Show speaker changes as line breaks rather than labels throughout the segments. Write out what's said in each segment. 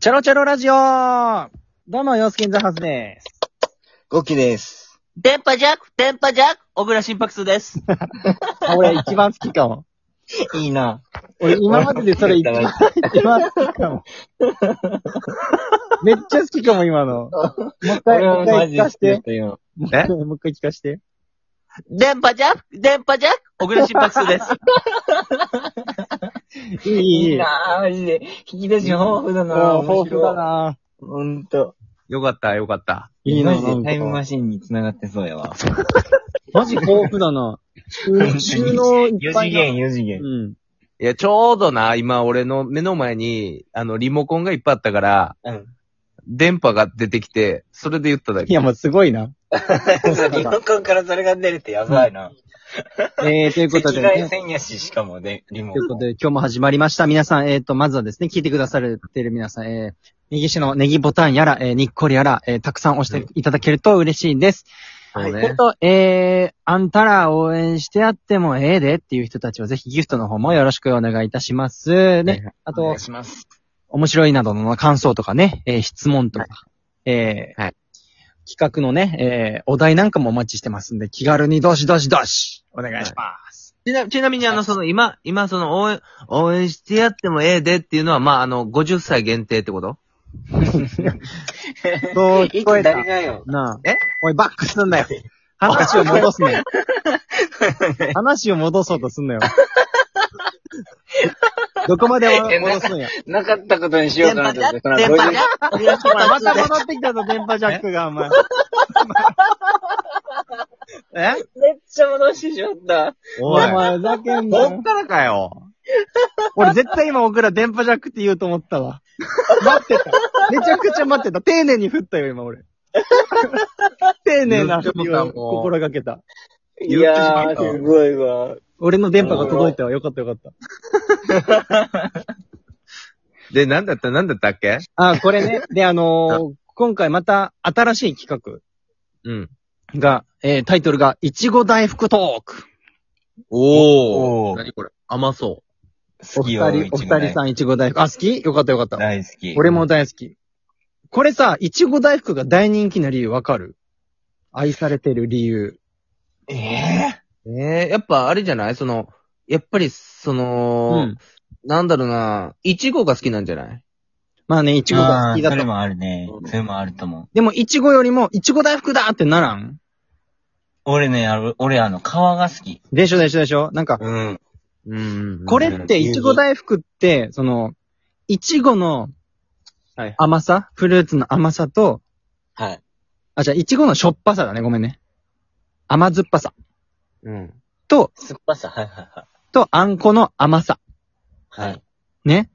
チャロチャロラジオどうも、洋介んザハズです。
ゴキです。
電波ジャック、電波ジャック、小倉心拍数 です。
あ、俺一番好きか も。
いいな。
俺今まででそれ一 番、一番好きかも。めっちゃ好きかも、今の。もう一回、
俺
もう
は
一
マ
回
ジ
聞
で
か
好
し
きだ
て
っ。たよ。
えもう一回聞かして。
電波ジャック、電波ジャック、小倉心拍数です。
いい、いい、い
いい
い。
なマジで。引き出し豊富だな
うん豊富だ。な
面白いほんと。
よかった、よかった。
いいな
マジでタイム
マ
マ
ジ
シンに繋がってそうやわ。
マジ豊富だな
に
収納い
4
っぱ
次
い な。
元、4次元。
うん。
いや、ちょうどな、今俺の目の前に、あの、リモコンがいっぱいあったから、
うん。
電波が出てきて、それで言っただ
い
け。
や、もうすごい な。
リモコンからそれが出るってやばいな。
えー、ということで、
赤外線やし、しかもね、リモ
という
コ
こ
ン
と。で、今日も始まりました。皆さん、えっ、と、まずはですね、聞いてくだされている皆さん、えー、右下のネギボタンやら、えー、にっこりやら、えー、たくさん押していただけると嬉しいです。
そう
えっ、
ね。
と、えー、あんたら応援してやってもええでっていう人たちは、ぜひギフトの方もよろしくお願いいたします。
はい
ね。あ
お願
と
い、します。
面白いなどの感想とかね、えー、質問とか、えー
はい
企画のね、えー、お題なんかもお待ちしてますんで、気軽にどしどしどし、お願いします。
ちなちなみに、あの、その、今、今、その、応援、応援してやってもええでっていうのは、まあ、あの、50歳限定ってこと
そう聞こえた
いつ誰がよ。
なあ。
え
おい、バックすんなよ。話
話
を戻すね。 話を戻そうとすん なよ。どこまでも戻すんや。
なかったことにしよう
電
かな
波
と
ジ
思
ャ
っ
ッ
て、その
ク、電波ジ
50
ャック、小倉心
ま
拍数
た
です。
戻ってきたぞ、電波ジャックが、お前。 え
めっちゃ戻してしまった。
お
おい、
前、ふざけんな
ほっ
よ。
からかよ。
俺絶対今、僕ら電波ジャックって言うと思った わ。待ってた。めちゃくちゃ待ってた。丁寧に振ったよ、今 俺。丁寧な振りを心がけた。
いやー、すごいわ。
俺の電波が届いたわ。よかったよかった。
で、なんだった、なんだったっけ
あ、これね。で、あのー今回また新しい企画。
うん。
が、えータイトルが、いちご大福トーク。
お
おー
何これ甘そ
お
好き
二
よ、
人、お
いちご
二
大
人さんいちご大福。あ、好きよかったよかった。
大好き。
俺も大好き。これさ、いちご大福が大人気な理由わかる愛されてる理由。
ええ
う。ええやっぱ、あれじゃないその、やっぱり、その、。なんだろうな、いちごが好きなんじゃない
まあね、いちごが好きだ
あーそれ
と。
もあるね。それもあると思う。
でも、いちごよりも、いちご大福だってならん
俺ね、あの俺あの、皮が好き。
でしょでしょでしょなんか、
うん。うん。
これって、いちご大福って、その、いちごの
はい
甘さフルーツの甘さと、
はい。
あ、じゃあ、いちごのしょっぱさだね。ごめんね。甘酸っぱさ。
うん。
と、
酸っぱさ、はいは
と、あんこの甘さ。
いはい。はい。
ね。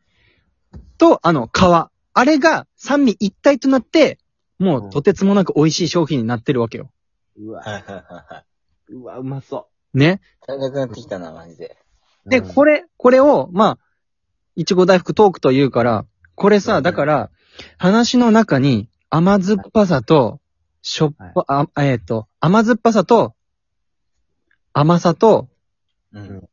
と、あの、皮。あれが三味一体となって、もうとてつもなく美味しい商品になってるわけよ。
うわ、
はいはいはいは
うわ、うまそ
ね。
い。高くなってきたな、マジで。
う。
で、こ
れ、
れ、これを、まあ、いちご大福トークというから、これ
う
さ、
ん
だから、話の中に甘酸っぱさと、しょっぱ、あえっ、と、甘酸っぱさと、甘さと、
うん。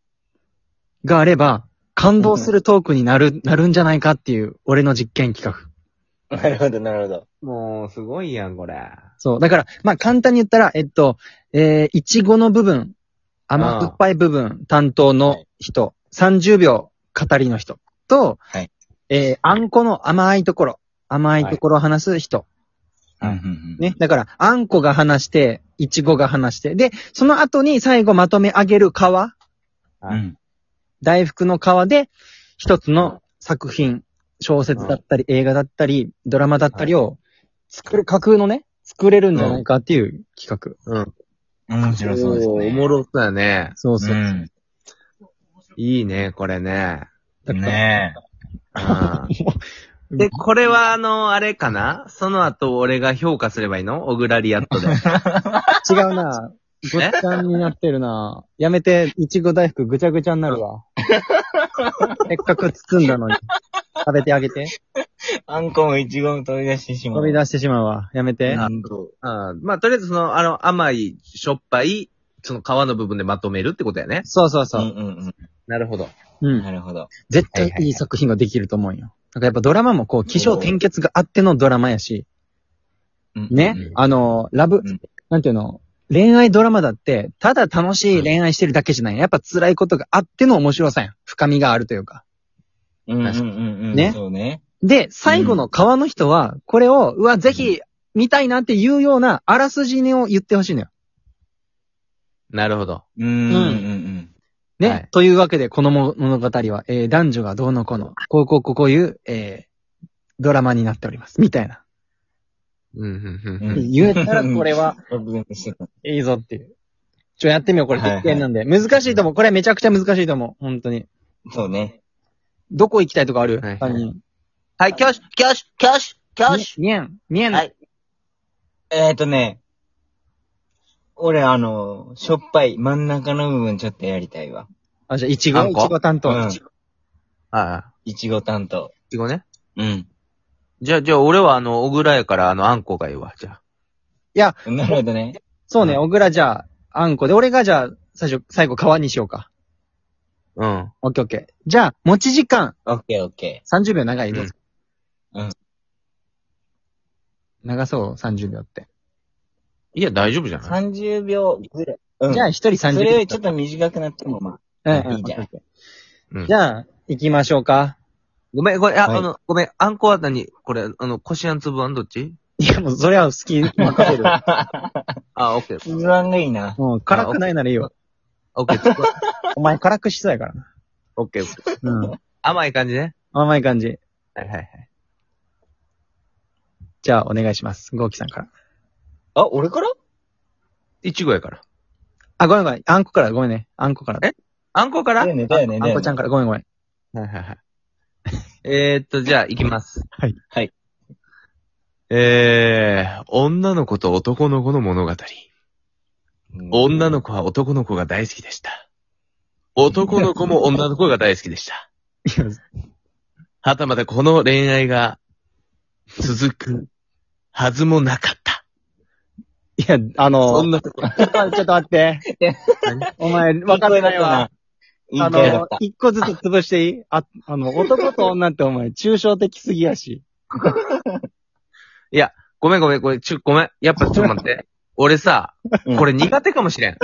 があれば、感動するトークになる、なるんじゃないかっていう、俺の実験企画。
なるほど、なるほど。
もう、すごいやん、これ。
そう。だから、まあ、簡単に言ったら、えっと、えー、いちごの部分、甘酸っぱい部分担当の人、30秒語りの人と、
はい
えー、あんこの甘いところ、甘いところを話す人、
うんうんうん。
ね。だから、あんこが話して、いちごが話して、で、その後に最後まとめ上げる皮、
うん。
大福の皮で、一つの作品、小説だったり、映画だったり、ドラマだったりを作る、架空のね、作れるんじゃないかっていう企画。
うん。
面白そうです
お
ね。
おもろそうやね。
そうそう。
いいね、これね。
だ
うん。
から
ね
うん。で、これは、あの、あれかなその後、俺が評価すればいいのオグラリアッ トで。
違う な。ごっちゃになってるな。やめて、いちご大福ぐちゃぐちゃになる わ。せっかく包んだのに。食べてあげて。
え。あんこもいちごも飛び出してしまう。
飛び出してしまうわ。やめて。
あんこ。
うん。まあ、とりあえず、その、あの、甘い、しょっぱい、その皮の部分でまとめるってことやね。
そうそうそうう。
んうんうん。
なるほど。
うん
な。るほど。
絶対いい作品ができると思うよ。なんかやっぱドラマもこう、気象転結があってのドラマやし、
うん
ね
う、ん
あの、ラブ
うん、
なんていうの、恋愛ドラマだって、ただ楽しい恋愛してるだけじゃない。やっぱ辛いことがあっての面白さやん。深みがあるというか。
うんうんうんうん。
ね
そうね。
で、最後の川の人は、これを、うわ、ぜひ、見たいなっていうような、あらすじを言ってほしいのよ。
なるほど。
うんうんうんうん。
ね、
はい
というわけで、この物語は、えー男女がどうのこうの、こうこうこうこういう、えードラマになっております。みたいな。
うん、うん、うん。
うん
言えたら、これ は、
僕全然してた
いいぞっていう。ちょ、やってみよう、これ。
はいはい
実験なんで。難しいと思う。これめちゃくちゃ難しいと思う。本当に。
そうね。
どこ行きたいとかある
はいはい
他人。
はい、挙手、挙手、挙手、挙手。
み見えん。見えん。
はい
えっとね。俺、あの、しょっぱい真ん中の部分ちょっとやりたいわ。
あ、じゃあ、いちご。
あん
い
こ
ちご担当。
うん
いちご
ああ、
いちご担当。
いちごね。
うん。
じゃあ、じゃあ、俺はあの、小倉やから、あの、あんこがいいわ、じゃあ。
なるほ どね。
そうね、
うん
小倉じゃあ、あんこで、俺がじゃあ、最初、最後、皮にしようか。
うん。
オッケーオッケー。じゃあ、持ち時間、
オッケーオッケ
30秒長い。どうぞ
うんうん。
長そう、30秒って。
いや、大丈夫じゃ
ー。
ない
30秒ぐらい。うん。
じゃあ、一人30秒。
それよりちょっと短くなっても、まあ。
うんうん
いいじゃん
オッケーオッケー
うん
じゃあ、行きましょうか。
ごめん、ごめん、あ、
はい
あの、ごめん、あんこは何これ、あの、こしあんつぶあんどっち
いや、もう、それは好き、任せる。
あ、オッケー。
不安がいいな。
もう、辛くないならいいよ。
オッケー、つぶあん
お前、辛くしそうやからな。
オッケーオ ッケー。
うん。
甘い感じね。
甘い感じ。
はいはいはい。
じゃあ、お願いします。ゴーキさんから。
あ、俺から
いちごやから。
あ、ごめんごめん。あんこから、ごめんね。あんこから。
えあんこから
だよね、だよね、
あ
だ
ん
よ
こちゃ
ね
ん。から、ごめんごめん。
はいはいはい。えーっと、じゃあ、行きます。
はい。
はい。
えー、女の子と男の子の物語。女の
子。
子は男の子が大好きでした。男の子も女の子が大好きでした。
いや
はたまたこの恋愛が続くはずもなかった。
いや、あの
そんなとこ
ちょっとちょっと待って。お前、分かってないわ。
いい
あ
声だっ
の
た、。
一個ずつ潰していいあ、あの、男と女ってお前、抽象的すぎやし。
ごめんごめん、これ、ちょ、ごめん。やっぱちょっと待って。俺さ、これ苦手かもしれん。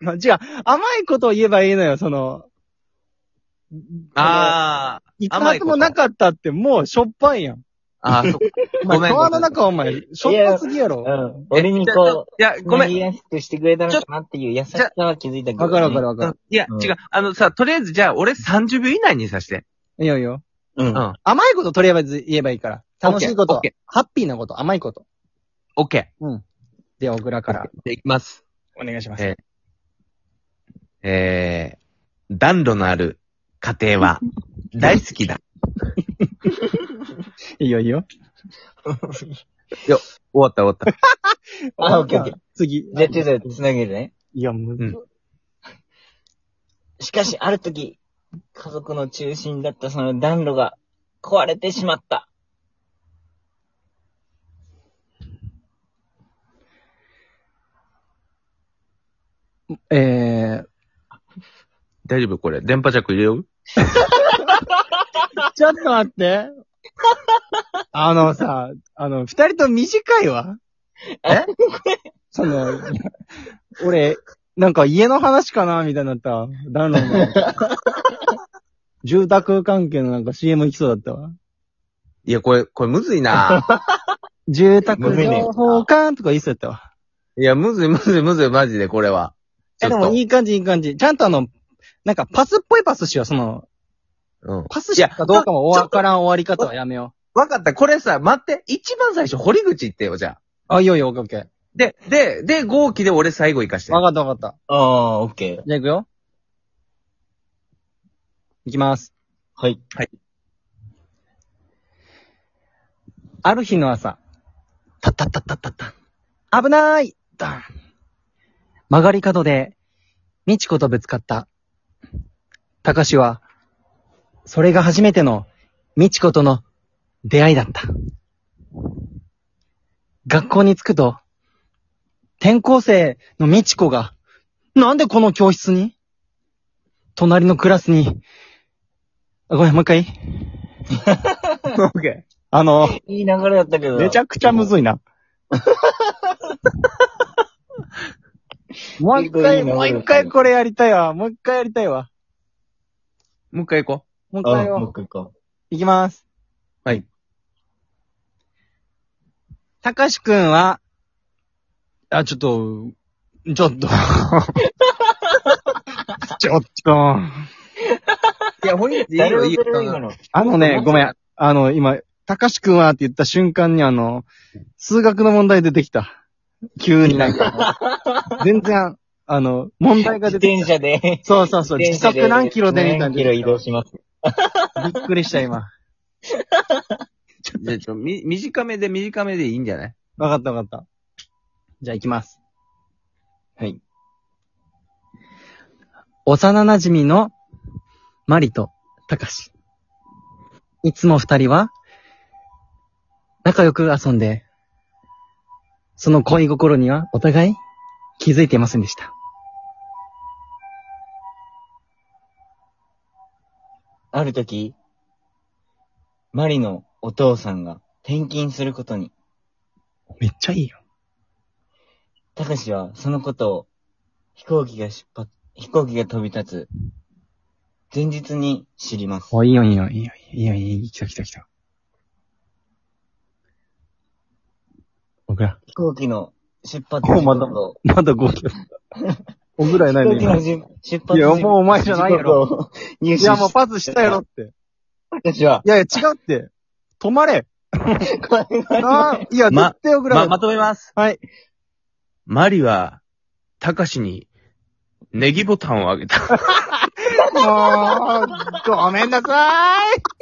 まあ違う、甘いことを言えばいいのよ、その。あ。
あー、
いつはずもなかったって、もうしょっぱいやん。
あー、そっか。
お
ごめ
前、
ん
川の中お前、しょっぱすぎやろ。
う
わ
ん。俺にこ
いや、
う、
ごめん
言。いやすくしてくれたのかなっていう優しさは気づいたけどね。
かるわかるわ
う
か
んいや、
うん
違う。あのさ、とりあえずじゃあ、俺30秒以内にさして。
る。いいよいいよ。
うん。
うん。
甘いこととりあえず言えばいいから。楽しいこ
オッ
と
ケー、
ハッピーなこと、甘いこと。
オッケー。
で、小倉から。
じゃあいきます。
お願いしま
ええー、暖炉のある家 庭は大好きだ。
いいよいいよ。
終わった終わった。
あオッケーオッケー
次。
じゃあ、ちょっと繋げるね。
いや、もう、
うん
しかし、ある時、家族の中心だったその暖炉が壊れてしまった。
え
大丈夫これ。電波ジャック入れよう
ー、ちょっと待って。あのさ、あの、二人と短いわ。
え
その、俺、なんか家の話かなみたいになったわ。暖炉の。住宅関係のなんか CM 行きそうだったわ。
いや、これ、これむず いな
住宅情報館とか言いそうだったわ。
いや、むずいむずいむずい、マジでこれは。ちょ
え、
っ
で
と。
もいい感じいい感じ。ちゃんとあの、なんかパスっぽいパスしよう。その、
うん。
パスしかどうかもわからん終わり方はやめよ
わかった。これさ、待って。一番最初、堀口行ってよ、じゃあ。
う。あ、いいよいいよ、オッケーオッケー。
で、で、で、号機で俺最後行かして。
わかったわかった。
ああ、オッケー。
じゃあ行くよ。行きます。
はい。
ある日の朝、
たったったったったった。
危ないダン曲がり角で、みちことぶつかった。たかしは、それが初めての、みちことの出会いだった。学校に着くと、転校生のみちこが、なんでこの教室に隣のクラスに、あごめん、もう一回。
オッケ
あの、
いい流れだったけど。
ー。めちゃくちゃむずい な。もう一回、もう一回これやりたいわ。もう一回やりたいわ。
もう一回行こ
もう一
あ
回
もう
よ。
一回行こ。
いきます。
はい。
たかしくんは、あ、ちょっと、ちょっと。ちょっと。
う。いや、ほんいいう
誰をする今
よ。
の。
あのね、ごめん。あの、今、たかしくんはって言った瞬間にあの、数学の問題出てきた。急になんか。全然、あの、問題が
自
出てきた。
転車で。
そうそうそう。時速何キロでみたいな
何キロ
出て
移
きた
動します。
びっくりした、今。
じゃあちょっとみ、短めで短めでいいんじゃない
わかったわかった。じゃあ行きます。
はい。
幼馴染のマリとタカシ。いつも二人は仲良く遊んで、その恋心にはお互い気づいていませんでした。
ある時、マリのお父さんが転勤することに、
めっちゃいいよ。
たかしはそのことを飛行機が出発、飛行機が飛び立つ前日に知ります。
お、いいよいいよいいよいいよいいよ、来た来た来た。僕ら。
飛行機の出発時
おまだ
刻を、
まだ5キロ。おぐらいないの
飛行機
今
の。じゅ出発
いや、
時
もうお前じゃないや
刻
ろ。
を入手
いや、もう
した
パスしたやろって。
たかしは、
いやいや、違うって。止まれ。
これが
あーいや、
ま
絶対送らな
ま、
い。
まとめます。
はい。
マリは、たかしに、ネギボタンをあげた。
もう、ごめんなさい。